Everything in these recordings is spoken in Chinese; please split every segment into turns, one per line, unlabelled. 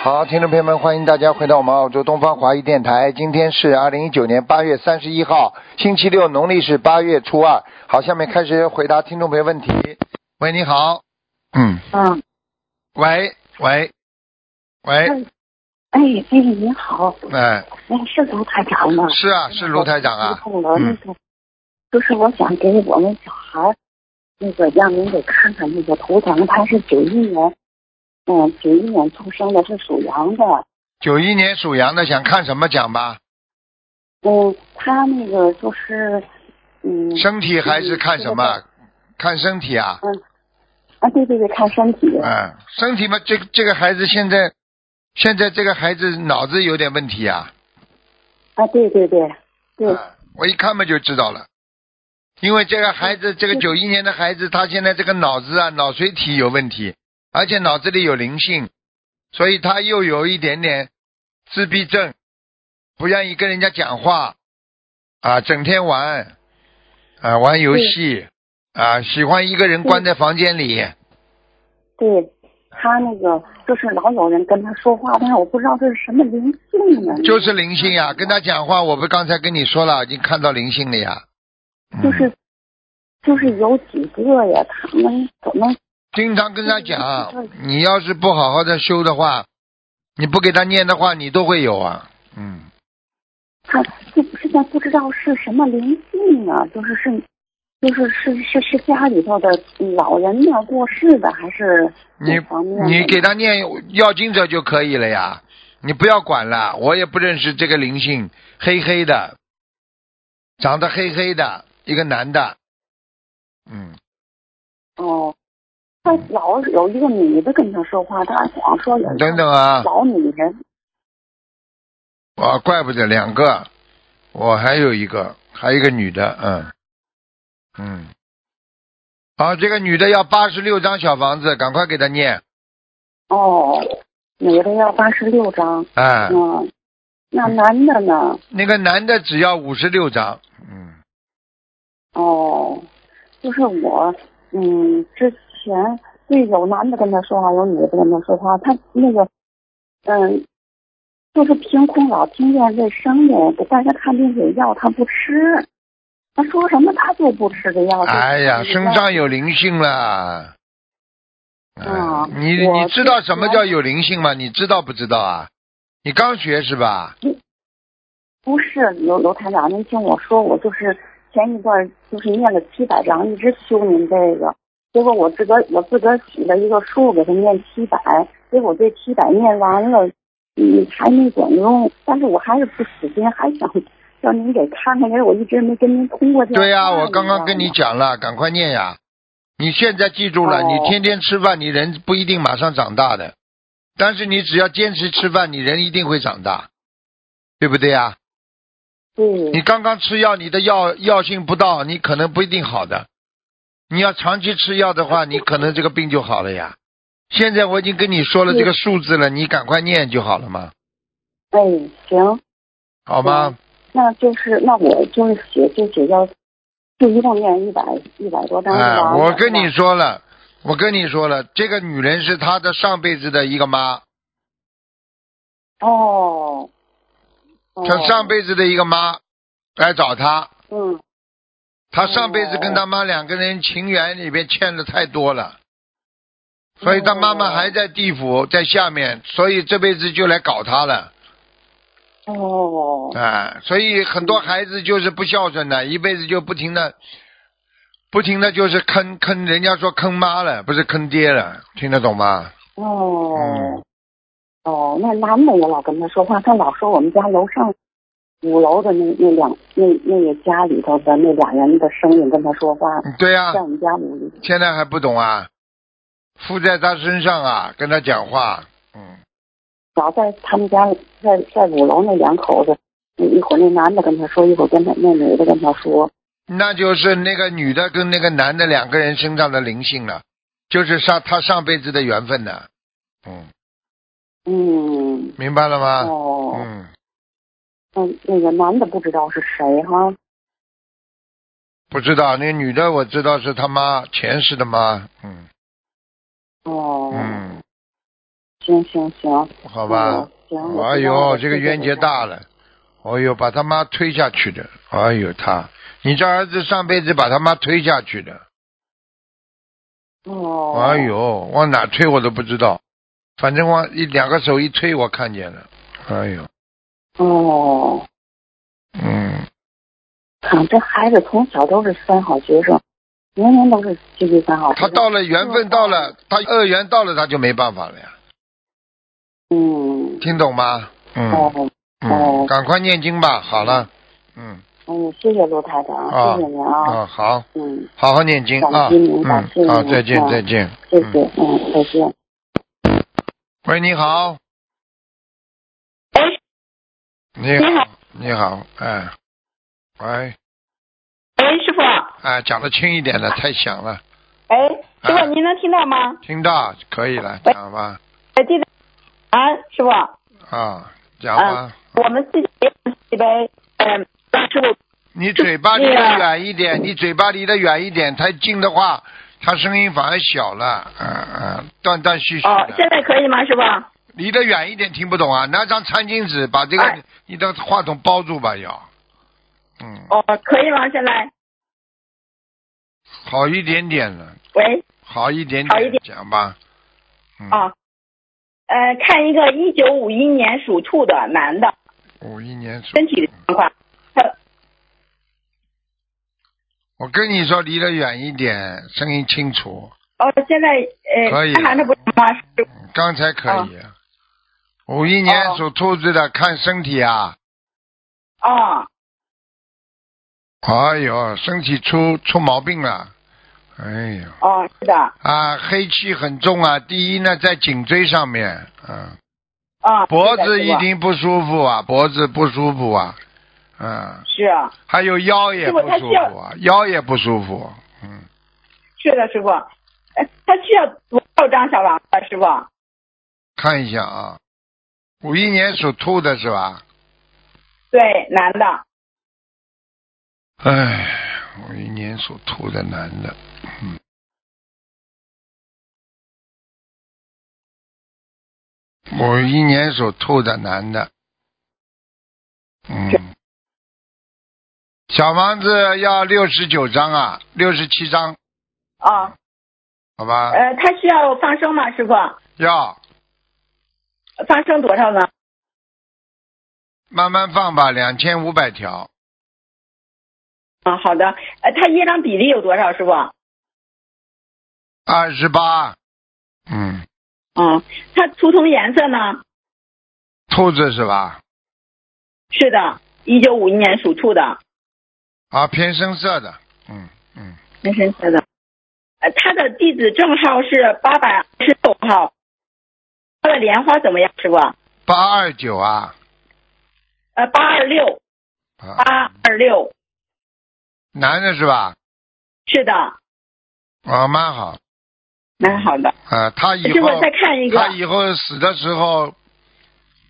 好，听众朋友们，欢迎大家回到我们澳洲东方华语电台。今天是二零一九年八月三十一号，星期六，农历是八月初二。好，下面开始回答听众朋友问题。喂，你好。嗯。
嗯，
喂，喂，喂，
哎哎，您好，
哎，
哎，是卢台长吗？
是啊，是卢台长啊。
我碰了那个，就是我想给我们小孩儿，那个让您给看看那个图腾，他是九一年，嗯，九一年出生的，是属羊的，
九一年属羊的，想看什么讲吧？
嗯，他那个就是，嗯，
身体还是看什么？看身体啊。
啊，对对对，看身体，
嗯，身体嘛，这个这个孩子现在，现在这个孩子脑子有点问题啊。
啊，对对对，对，
啊，我一看嘛就知道了，因为这个孩
嗯
子，这个九一年的孩子，他现在这个脑子啊，脑髓体有问题，而且脑子里有灵性，所以他又有一点点自闭症，不愿意跟人家讲话，啊，整天玩，啊，玩游
嗯
戏，啊，喜欢一个人关在房间里，
对。他那个就是老有人跟他说话，但是我不知道这是什么灵性呢。
就是灵性呀、跟他讲话，我不刚才跟你说了，已经看到灵性了呀。嗯
就是就是有几个呀，他们怎么
经常跟他
嗯
讲，你要是不好好的修的话，你不给他念的话，你都会有啊。嗯，
他就现在不知道是什么灵性啊？就是是就是是是是家里头的老人呢过世的，还是
你
哪方面的
你给他念要经者就可以了呀，你不要管了。我也不认识这个灵性，黑黑的，长得黑黑的，一个男的。嗯，
哦，他老有一个女的跟他说话，他还光说有一个
等等啊，
老女人，
啊，怪不得两个，我还有一个，还有一个女的，嗯，嗯，好，这个女的要八十六张小房子，赶快给她念，
哦，女的要八十六张，
哎，
嗯，那男的呢？
那个男的只要五十六张，嗯，
哦，就是我，嗯，之前对有男的跟他说话，有女的跟他说话，他那个，嗯，就是凭空老听见这声音，给大家看病给药，他不吃，他说什么他就不吃这药。就
哎呀，
不吃这药
身上有灵性了，
啊
哎你
我
你知道
之前
什么叫有灵性吗？你知道不知道啊？你刚学是吧？
不是刘刘台长，您听我说，我就是前一段就是念了七百章，一直修您这个，结果我自个儿我自个儿起了一个数，给他念七百，结果这七百念完了，嗯，还没管用，但是我还是不死心，还想让您给看看，因为我一直没跟您通过电话。
对呀、我刚刚跟你
知
讲了，赶快念呀！你现在记住了，
哦
你天天吃饭，你人不一定马上长大的，但是你只要坚持吃饭，你人一定会长大，对不对呀、
道吗，
你
对，
刚刚吃药，你的药药性不到，你可能不一定好的。你要长期吃药的话，你可能这个病就好了呀。现在我已经跟你说了这个数字了，你赶快念就好了嘛，
哎，行，
好吗？哎
那就是那我就是写就写要，就一共念一百一百多张。
哎
是吧，
我跟你说了，我跟你说了，这个女人是她的上辈子的一个妈，
哦，哦
她上辈子的一个妈来找她，
嗯
她上辈子跟她妈两个人情缘里边欠的太多了，所以她妈妈还在地府在下面，所以这辈子就来搞她了。
哦
啊，所以很多孩子就是不孝顺的，一辈子就不停的、不停的就是坑坑，人家说坑妈了，不是坑爹了，听得懂吗？嗯
哦哦，那男的也老跟他说话，他老说我们家楼上五楼的那那两那那个家里头的那俩人的声音跟他说话，
嗯对呀、
在我们家五楼。
现在还不懂啊，附在他身上啊，跟他讲话，嗯，
老在他们家在在五楼那两口子，一会儿那男的跟他说，一会儿跟他那女的跟他说。
那就是那个女的跟那个男的两个人身上的灵性了，就是上他上辈子的缘分呢，嗯，
嗯，
明白了吗？
哦，
嗯，
那那个男的不知道是谁哈。
不知道那个女的我知道是他妈前世的妈，嗯
哦，
嗯。
行行行，
好吧
嗯？行，我
哎
知道
呦，
了
这个冤
啊
结。大了，哎呦，把他妈推下去的，哎呦他，你这儿子上辈子把他妈推下去的，
谢谢哦，
哎，呦，往哪推我都不知道，反正往一两个手一推，我看见了，哎呦，
哦，
嗯，
看这孩子从小都是三好学生，年年都是积极三好学
他
生。
到了缘分到了，他恶缘到了，他就没办法了呀，
嗯，
听懂吗？嗯
哦，
嗯，赶快念经吧，好了，嗯，
嗯，谢谢卢台长，
啊
谢谢您啊，
啊，好，
嗯，
好好念经啊，
感激您感谢
嗯，好，
您
再见
嗯
再见，
谢
嗯
谢，嗯，再见。
喂，你好。你好，你好，哎，喂，
哎，师傅，
哎，讲的轻一点的，太响了，
哎，师
啊
傅，您能听到吗？
听到可以了，
喂
讲吧，
哎，弟子啊，师傅，
啊，讲吧，
我们自己自呗，嗯，让师傅
你嘴巴离得
那个
远一点，你嘴巴离得远一点，太近的话，它声音反而小了，嗯、嗯，断断续续
哦，
的，
现在可以吗，师傅？哦
离得远一点听不懂啊，拿张餐巾纸把这个、
哎
你的话筒包住吧，要，嗯，
哦，可以吗？现在，
好一点点了，
喂，
好一点
好一点
讲吧，嗯，
哦，呃，看一个一九五一年属兔的男的，
五一年属
身体的状况，他
我跟你说，离得远一点，声音清楚。
哦，现在
可以
呃，看看他不是吗？师傅
嗯刚才可以。啊五一年
哦
属兔子的，看身体啊！
哦，
哎呦，身体出出毛病了。哎呦，
哦，是的，
啊，黑气很重啊。第一呢，在颈椎上面，嗯，
啊、
脖
是的
子
师傅
一定不舒服啊，脖子不舒服啊，嗯，
是啊
还有腰也
师
不
傅他
舒服啊，腰也不舒服，嗯，
是的，师傅，呃，他需要多少张小王子，啊师傅？
看一下啊，五一年属兔的是吧？
对，男的。
唉，哎我一年属兔的男的，嗯，我一年属兔的男的，嗯
是，
小房子要六十九张啊，六十七张，
啊，
好吧？
呃，他需要放生吗，师傅？
要
放生多少呢？
慢慢放吧，两千五百条，
啊，好的。呃，他业障比例有多少，师傅？
二十八，嗯，
嗯，他图腾颜色呢？
兔子是吧？
是的，一九五一年属兔的，
啊，偏深色的，嗯嗯，
那深色的。呃，他的地址证号是八百二十九号。他的莲花怎么样，师傅？
八二九啊，
呃，八二六，
啊
八二六，
男的是吧？
是的，嗯
啊，蛮好
蛮好的。
啊，他以
师傅
后
再看一个
他，以后死的时候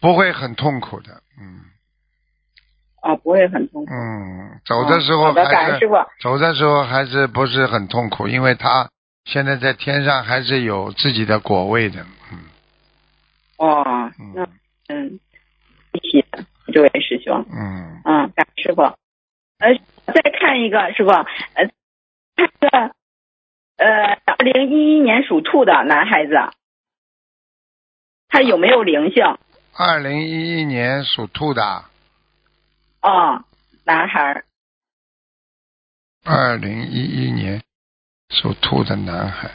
不会很痛苦的，嗯
啊，不会很痛苦。
嗯，走的时
好
候
的，感
还
恩
是
师傅。
走的时候还是不是很痛苦，因为他现在在天上还是有自己的果位的，嗯
哦，那
嗯
嗯，一起的这位师兄。
嗯，
嗯，感谢师傅。呃，再看一个师傅，呃，看一个，呃，二零一一年属兔的男孩子，他有没有灵性？
二零一一年属兔的，啊
哦，男孩儿，
二零一一年属兔的男孩，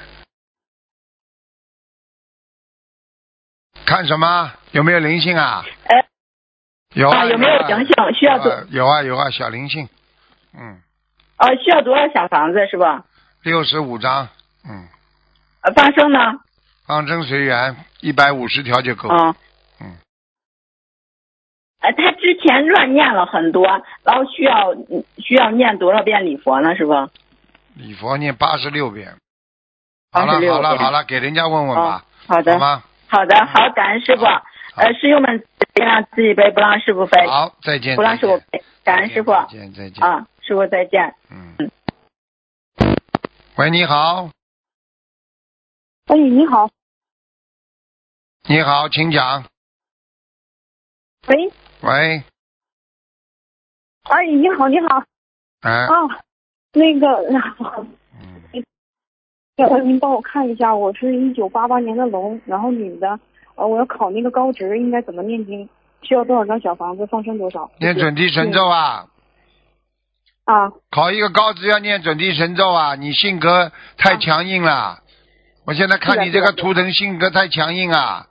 看什么？有没有灵性啊？
呃，
有
啊，
啊，
有没有灵性？需要多
啊有啊有啊，小灵性，嗯，
呃，需要多少小房子，师傅？呃，
六十五张，嗯，
放生呢？
方针随缘，一百五十条就够。
嗯。
嗯。
呃，他之前乱念了很多，然后需要需要念多少遍礼佛呢，师傅？
礼佛念八十六遍。好了
86
好了
遍哦
好了，给人家问问吧，
好的
好，吗？
好的，好，感恩师傅。
好
呃，师兄们别让自己背，不让师傅背，
好，再见。
不哎让师傅
再见
背，感恩师傅
再
啊，
见再见。
师傅再见。
嗯。喂，你好，
哎，你好，
你好，请讲。
喂，
喂，
哎，你好，你好，
哎，
啊，那个，
嗯
呃，您帮我看一下，我是一九八八年的龙，然后女的，呃，我要考那个高职，应该怎么念经？需要多少张小房子？放生多少？
念准提神咒啊，
啊，
考一个高职要念准提神咒啊。你性格太强硬了，我现在看你这个
是的是的
图腾性格太强硬啊。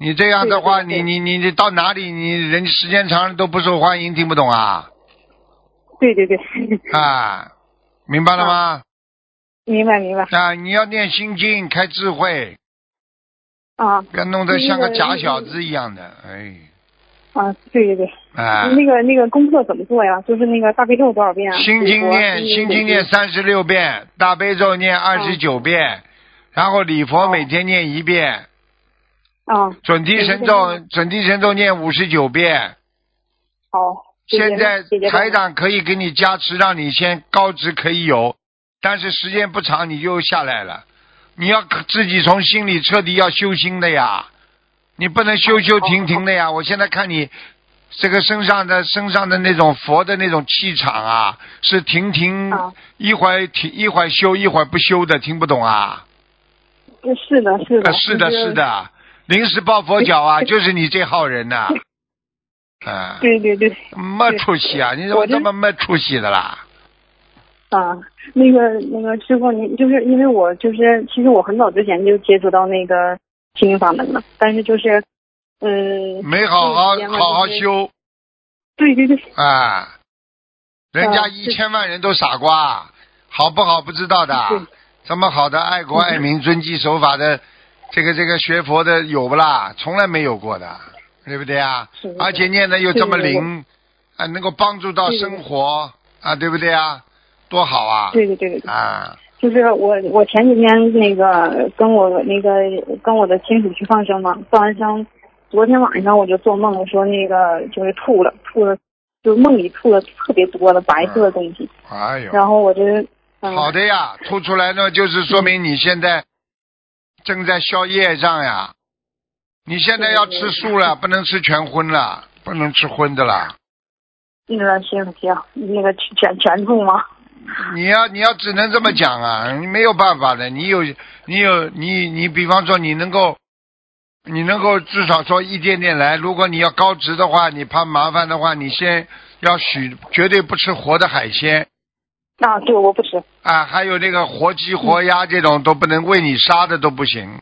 你这样的话，
对对
你你你你到哪里，你人时间长了都不受欢迎，听不懂啊
对对对，
啊，明白了吗？
明白明白
啊，你要念心经，开智慧，
啊
不要弄得像个
那个
假小子一样的，哎，
啊，对对对，
啊，
那个那个功课怎么做呀？就是那个大悲咒多少遍啊？
心经念
礼佛
心经嗯念，三十六遍，大悲咒念二十九遍，然后礼佛每天念一遍，
啊，
准提神
每
咒
天
准提神咒念五十九遍。
好。谢谢
现在
谢谢
台长可以给你加持，让你先高职可以有，但是时间不长你就下来了。你要可自己从心里彻底要修心的呀，你不能修修停停的呀。我现在看你这个身上的身上的那种佛的那种气场啊，是停停
啊，
一会儿停一会儿修一会儿不修的，听不懂啊？
是的，是的，
呃是的，，
就是
的，临时抱佛脚 啊，就是你这号人呐、啊，
对对对，
没出息啊！你怎么
我就
这
是
么没出息的啦？
啊，那个那个师傅，您就是因为我就是，其实我很早之前就接触到那个心灵法门了，但是就是，嗯，
没好好
这个时间嘛
好好
就是
修
对对对，
啊！人家
啊
一
是
千万人都傻瓜，好不好不知道的
对。嗯
这么好的爱国爱民、遵纪守法的，这个这个学佛的有不啦？从来没有过的，对不对啊
是？的
而且念的又这么
对对对
灵，啊，能够帮助到
对对
生活啊，对不对啊？多好啊！
对对对对对，
啊，
就是我我前几天那个跟我那个跟我的亲属去放生嘛，放完生，昨天晚上我就做梦，我说那个就是吐了，吐了，就梦里吐了特别多的白色的东西，
哎呦，
然后我就，嗯，
好的呀，吐出来呢，就是说明你现在正在消业障呀。你现在要吃素了，不能吃全荤了，不能吃荤的啦。
那个行行，那个全全吐吗？
你要你要只能这么讲啊，你没有办法的。你有你有你你，比方说你能够，你能够至少说一点点来。如果你要高职的话，你怕麻烦的话，你先要许绝对不吃活的海鲜
啊，对，我不吃。
啊，还有那个活鸡活鸭这种都不能喂你杀的都不行。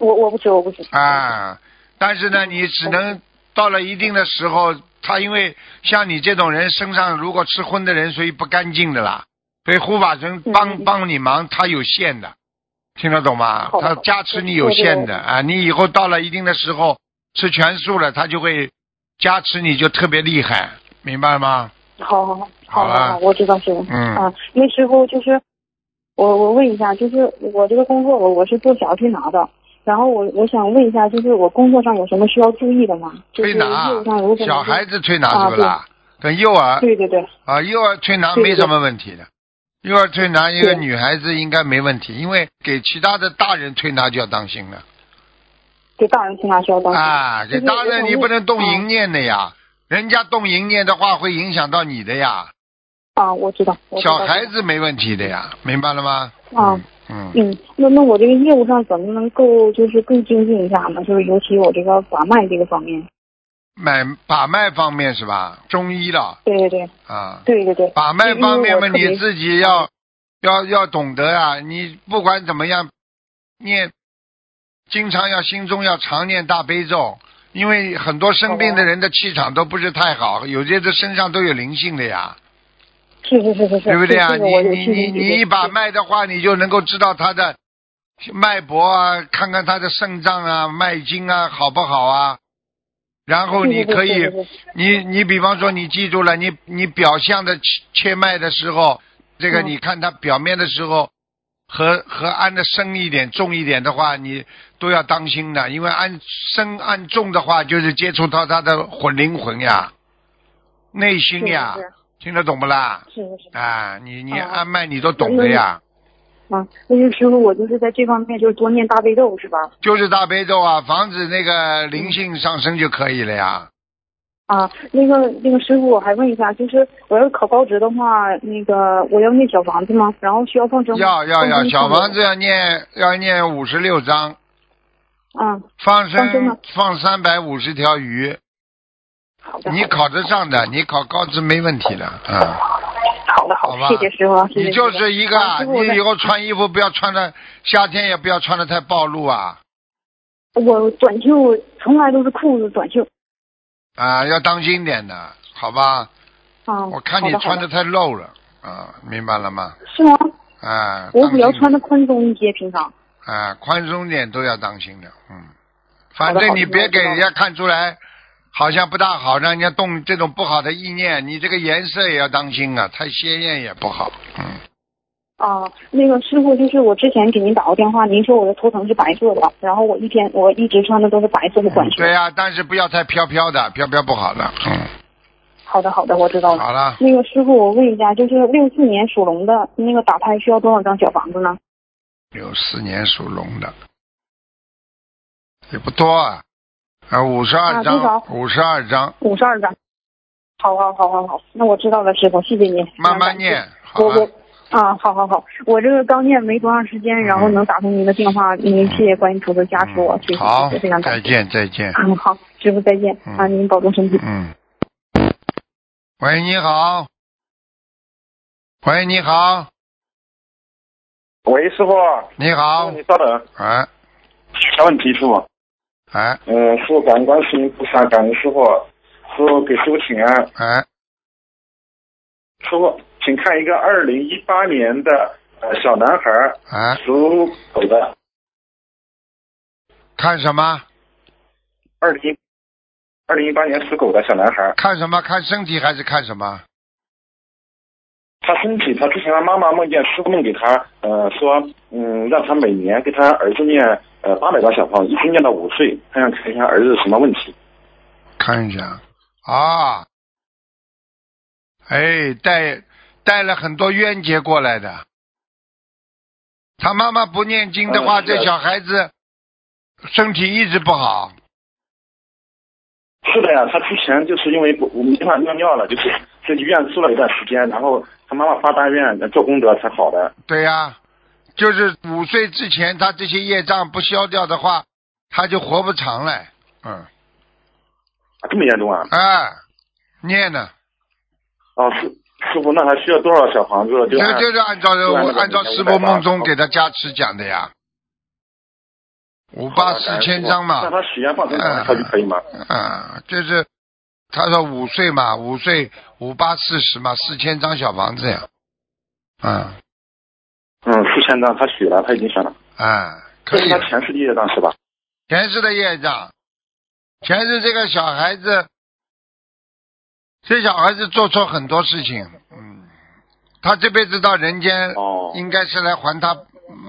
我我不吃，我不吃。
啊，但是
嗯
呢，你只能到了一定的时候，他因为像你这种人身上如果吃荤的人，所以不干净的啦，所以护法神帮
嗯
帮你忙，他有限的，听得懂吗？
好的
他加持你有限的啊，你以后到了一定的时候吃全素了，他就会加持你就特别厉害，明白吗？
好好好，
好了
好好，我知道师傅。
嗯，
啊，那师傅就是我，我问一下，就是我这个工作，我我是做小推拿的，然后我我想问一下，就是我工作上有什么需要注意的吗？就是
推拿
业务上如果，
小孩子推拿
啊
是不啦？跟幼儿，
对对对，
啊，幼儿推拿
对
没
对
什么问题的，幼儿推拿一个
对
女孩子应该没问题，因为给其他的大人推拿就要当心了
给大人推拿需要当心。
啊，给
就是
大人
我
你不能动
啊
淫念的呀，人家动淫念的话会影响到你的呀，
啊，我知道。我知
小
道
孩。子没问题的呀，明白了吗？
啊
嗯，嗯，
嗯，那那我这个业务上怎么能够就是更精进一下呢？就是尤其我这个把脉这个方面。
买把脉方面是吧？中医了
对对对，
啊，
对对对。
把脉方面嘛，
因为我特别嗯
你自己要要要懂得啊，你不管怎么样念，经常要心中要常念大悲咒，因为很多生病的人的气场都不是太好，有些这身上都有灵性的呀，
是是是是是，
对不对啊？
这个
你
我有
你
信
你
心
你一把，脉的话，你就能够知道他的脉搏啊，看看他的肾脏啊、脉经啊好不好啊，然后你可以
对对对对对
你你比方说，你记住了，你你表象的切切脉的时候，这个
嗯
你看它表面的时候，和和按的深一点、重一点的话，你都要当心的，因为按深按重的话，就是接触到他的魂灵魂呀、内心呀，
是是
听得懂不啦？
是是是，
啊，你你
哦
按脉你都懂的呀，
啊，那就是师傅，我就是在这方面就是多念大悲咒是吧？
就是大悲咒啊，防止那个灵性上升就可以了呀。
啊，那个那个师傅，我还问一下，就是我要考高职的话，那个我要念小房子吗？然后需要放生吗
要要要，小房。
放生
子要念要念五十六章，
嗯，
放
放生吗
生放三百五十条鱼，
好的。
你
好的
考得上的，你考高职没问题的，嗯。
好的
好
好
吧
的，谢谢师傅。谢谢
你就
师傅
是一个
啊
啊，
师傅我
你
在
以后穿衣服不要穿的，夏天也不要穿的太暴露啊
我短袖从来都是裤子短袖。
啊，要当心点的，好吧？
啊，
我看
好
你
的
穿
好
的
的
太露了啊，明白了吗？
是吗？
啊，
我比较
当心
穿的宽松一些，平常。
啊，宽松点都要当心的，嗯，
好
反
的
正
好的
你别
我知
给
道
人家看出来，好像不大好，让人家动这种不好的意念。你这个颜色也要当心啊，太鲜艳也不好，嗯。
啊，那个师傅，就是我之前给您打过电话，您说我的头疼是白色的，然后我一天我一直穿的都是白色的短袖。
嗯对呀、但是不要太飘飘的，飘飘不好的，嗯，
好的好的，我知道了。
好了，
那个师傅，我问一下，就是六四年属龙的那个打胎需要多少张小房子呢？
六四年属龙的，也不多啊，啊，五十二
啊多
张
少，
五十二张，
五十二张。好好好好好，那我知道了，师傅，谢谢您。
慢慢念，好
我
了
我，啊，好好好，我这个刚念没多长时间，然后能打通您的电话，您谢谢观音菩萨加持我，
嗯
谢谢，
好
谢谢非常，感
再
谢。
见，再见，
嗯，好，师傅再见
嗯
啊，您保重身体。
嗯。喂，你好。喂，你好，
喂，师傅，
你
师傅
哦
好
你，稍等，
哎
啥问题，师傅？
哎
嗯，师傅感恩观世音菩萨，感恩师傅，师傅给师傅请安，
哎，
师傅，请看一个二零一八年的呃小男孩，
哎，
属狗的，
看什么？
二零二零一八年属狗的小男孩，
看什么？看身体还是看什么？
他身体，他之前他妈妈梦见师傅梦给他，呃，说，嗯，让他每年给他儿子念呃八百张小方，一直念到五岁，他想看一下儿子什么问题。
看一下啊，哎，带带了很多冤结过来的。他妈妈不念经的话，
嗯是的
这小孩子身体一直不好。
是的呀，他之前就是因为不我没法尿尿了，就是在医院住了一段时间，然后他妈妈发大愿呃做功德才好的。啊
对呀、就是五岁之前，他这些业障不消掉的话，他就活不长了。嗯，
啊这么严重啊？
哎，念呢，
哦，师师傅，那还需要多少小房子？就
这
按
就是按照
就按
我
啊那个
按照
580
师傅梦中给他加持讲的呀，五八四千张嘛。
哦
嗯
那他许愿放生他就可以吗？
啊，就是他说五岁嘛，五岁五八四十嘛，四千张小房子呀，啊
嗯，四千张他许了，他已经选了，
啊，
这
可
是
以
他
了，
前世的业障是吧？
全是的业障，全是这个小孩子，这小孩子做错很多事情，嗯，他这辈子到人间
哦，
应该是来还他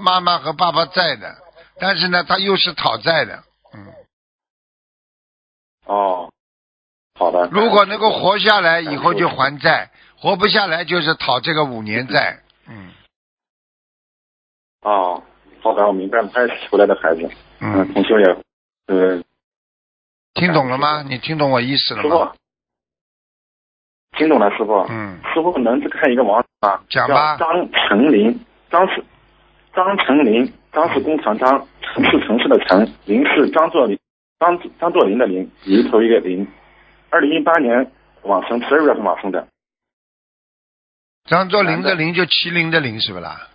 妈妈和爸爸债的，但是呢，他又是讨债的，嗯。
哦，好 的。
如果能够活下来，
感
以
恩
后
师
就
父
还债；活不下来，就是讨这个五年债。嗯
哦，好的，我明白了，他也是回来的孩子，嗯，
嗯，
同修也，嗯，
听懂了吗？你听懂我意思了
师
吗？
傅，听懂了，师傅，
嗯，
师傅能看一个网址吗？
讲
叫
吧
张成林，张是张成林，张是工长张，城是城市的城，林是张作霖，张张作霖的林，鱼头一个林。二零一八年往生，十二月份往生的，
张作霖的霖就麒麟的麟是不啦？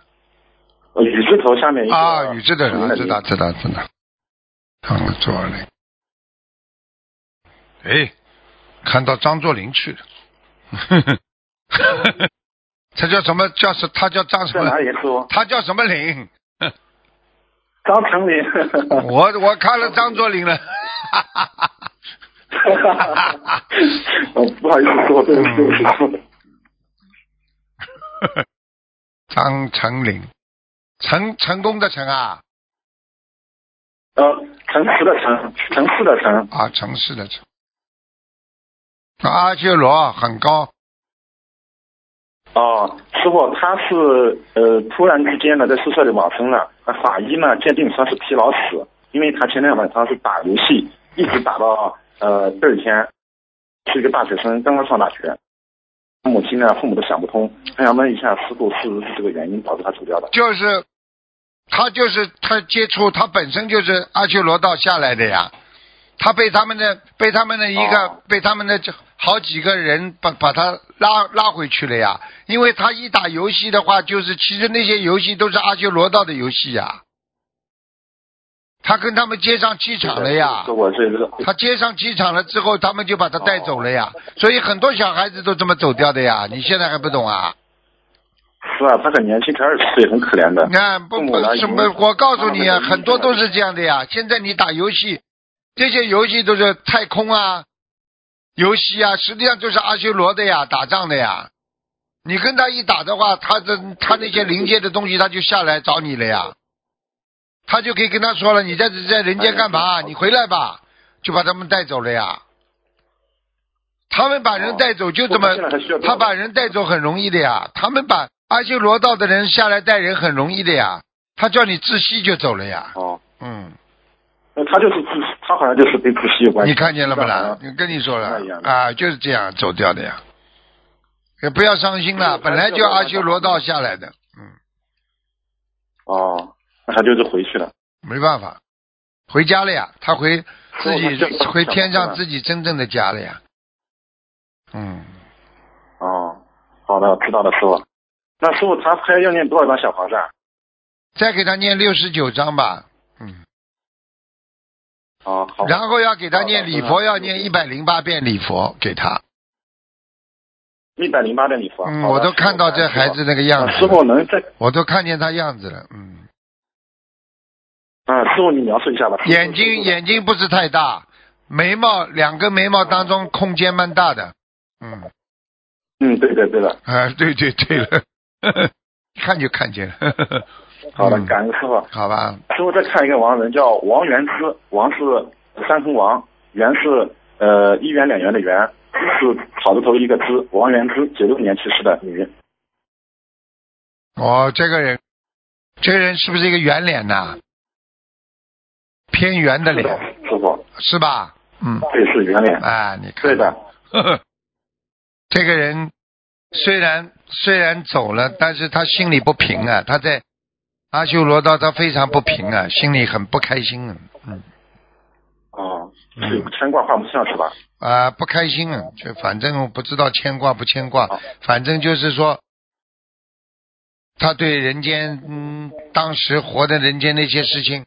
呃雨字头下面一个
啊，宇智的人，知
林
道知道知道。张作霖，哎，看到张作霖去了， 呵呵呵呵他叫什么？叫什？他叫张什
在哪
么？
里师傅？
他叫什么霖？
张 成林。
我我看了张作霖了，哈哈哈哈。
哦不好意思，师傅，对不起，对不起，师傅。
张成林，成成功的成啊
呃，城池的城，城市的城，
啊，城市的城。阿修罗很高，
哦，师傅，他是呃突然之间呢在宿舍里往生了，那法医呢鉴定说是疲劳死，因为他前天晚上是打游戏，一直打到呃第二天，是一个大学生，刚刚上大学，母亲呢父母都想不通，他想问一下师傅是不是这个原因导致他走掉的？
就是他就是他接触他本身就是阿修罗道下来的呀，他被他们的被他们的一个、
哦
被他们的这好几个人把把他拉拉回去了呀，因为他一打游戏的话，就是其实那些游戏都是阿修罗道的游戏呀，他跟他们接上气场了呀。
说我这个
他接上机场了之后，他们就把他带走了呀。所以很多小孩子都这么走掉的呀。你现在还不懂啊？
是啊，他很年轻，才二十岁，很可怜的
你。看不
父母
不
来
什
迎
么？我告诉你啊，
他们的
很多都是这样的呀。现在你打游戏，这些游戏都是太空啊、游戏啊，实际上就是阿修罗的呀，打仗的呀。你跟他一打的话，他的他那些灵界的东西，他就下来找你了呀。他就可以跟他说了，你在在人间干嘛？啊
哎
你回来吧，就把他们带走了呀。他们把人带走就这么
我们现在还需要，
他把人带走很容易的呀。他们把阿修罗道的人下来带人很容易的呀。他叫你窒息就走了呀。
哦，
嗯，
那他就是自，他好像就是跟自息有关系。
你看见了不
好
啦
像？
你跟你说了
那一样的
啊，就是这样走掉的呀。也不要伤心了，
嗯
本来就阿修罗道下来的，嗯，
哦，那他就是回去了。
没办法，回家了呀。他回自
哦他
己
这
回天上
想不通啊
自己真正的家了呀。嗯。
哦，好的，知道了，师傅。那师傅他还要念多少张小房子啊？
再给他念六十九章吧，嗯，
哦，好。
然后要给他念礼
好
佛，
的
要念一百零八遍礼佛给他。
一百零八点礼佛。
嗯，
好的
我都看到这孩子。那个
师傅
样
啊
子
师
了，
傅能再
我都看见他样子了，嗯，
啊，师傅你描述一下吧。师傅
眼睛。眼睛不是太大，眉毛两个眉毛当中空间蛮大的，嗯，
嗯，对的对的。
啊，对对对了， 看就看见了，
好的，
嗯
感恩师傅。
好吧，
师傅再看一个王人叫王元之，王是三横王，元是呃一元两元的元，之是草字头一个之，王元之九六年去世的女，
哦，这个人，这个人是不是一个圆脸呐、偏圆的
是的
脸，
师傅，
是吧？嗯，
对是圆脸，
哎，你看，
对的，
呵呵， 这个人虽然虽然走了，但是他心里不平啊，他在阿修罗道他非常不平啊，心里很不开心啊，嗯
哦，是牵挂画不像是吧？
啊、不开心啊，就反正我不知道牵挂不牵挂，反正就是说。他对人间，嗯，当时活的人间那些事情，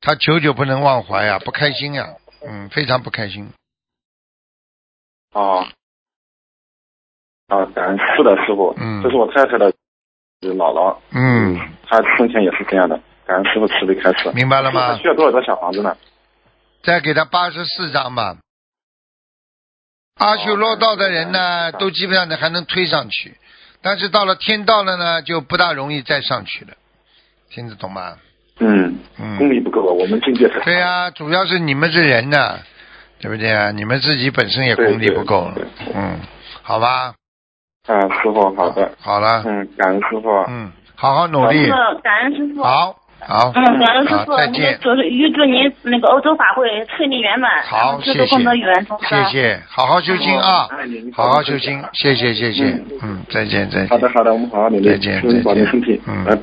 他久久不能忘怀呀、不开心呀、嗯，非常不开心。
哦，啊，感恩是的，师傅，
嗯
这是我太太的姥姥，
嗯，
她生前也是这样的，感恩师傅慈悲开示。
明白了
师傅
吗
她？需要多少张小房子呢？
再给他八十四张吧。阿修罗道的人
哦
呢，都基本上呢还能推上去，但是到了天道了呢，就不大容易再上去了，听得懂吗？
嗯，功
嗯，
力不够啊，我们境界太
对呀、主要是你们是人呐，对不对啊？你们自己本身也
对
功力不够
对，
嗯，好吧，
啊，师傅好的，
好了，
嗯，感恩师傅。
嗯，好好努力，
嗯，感恩师傅。
好，好，
嗯，感恩师傅
好，再见，
就是预祝您那个欧洲法会顺利圆满，然
好，
后
谢
制
谢
度，更多圆通
谢谢，好好修心啊，好好修心，谢谢，谢谢
嗯，
嗯，再见，再见。
好的，好的，我们好好努力，
再见
祝你保
再见
重身体。
嗯
拜拜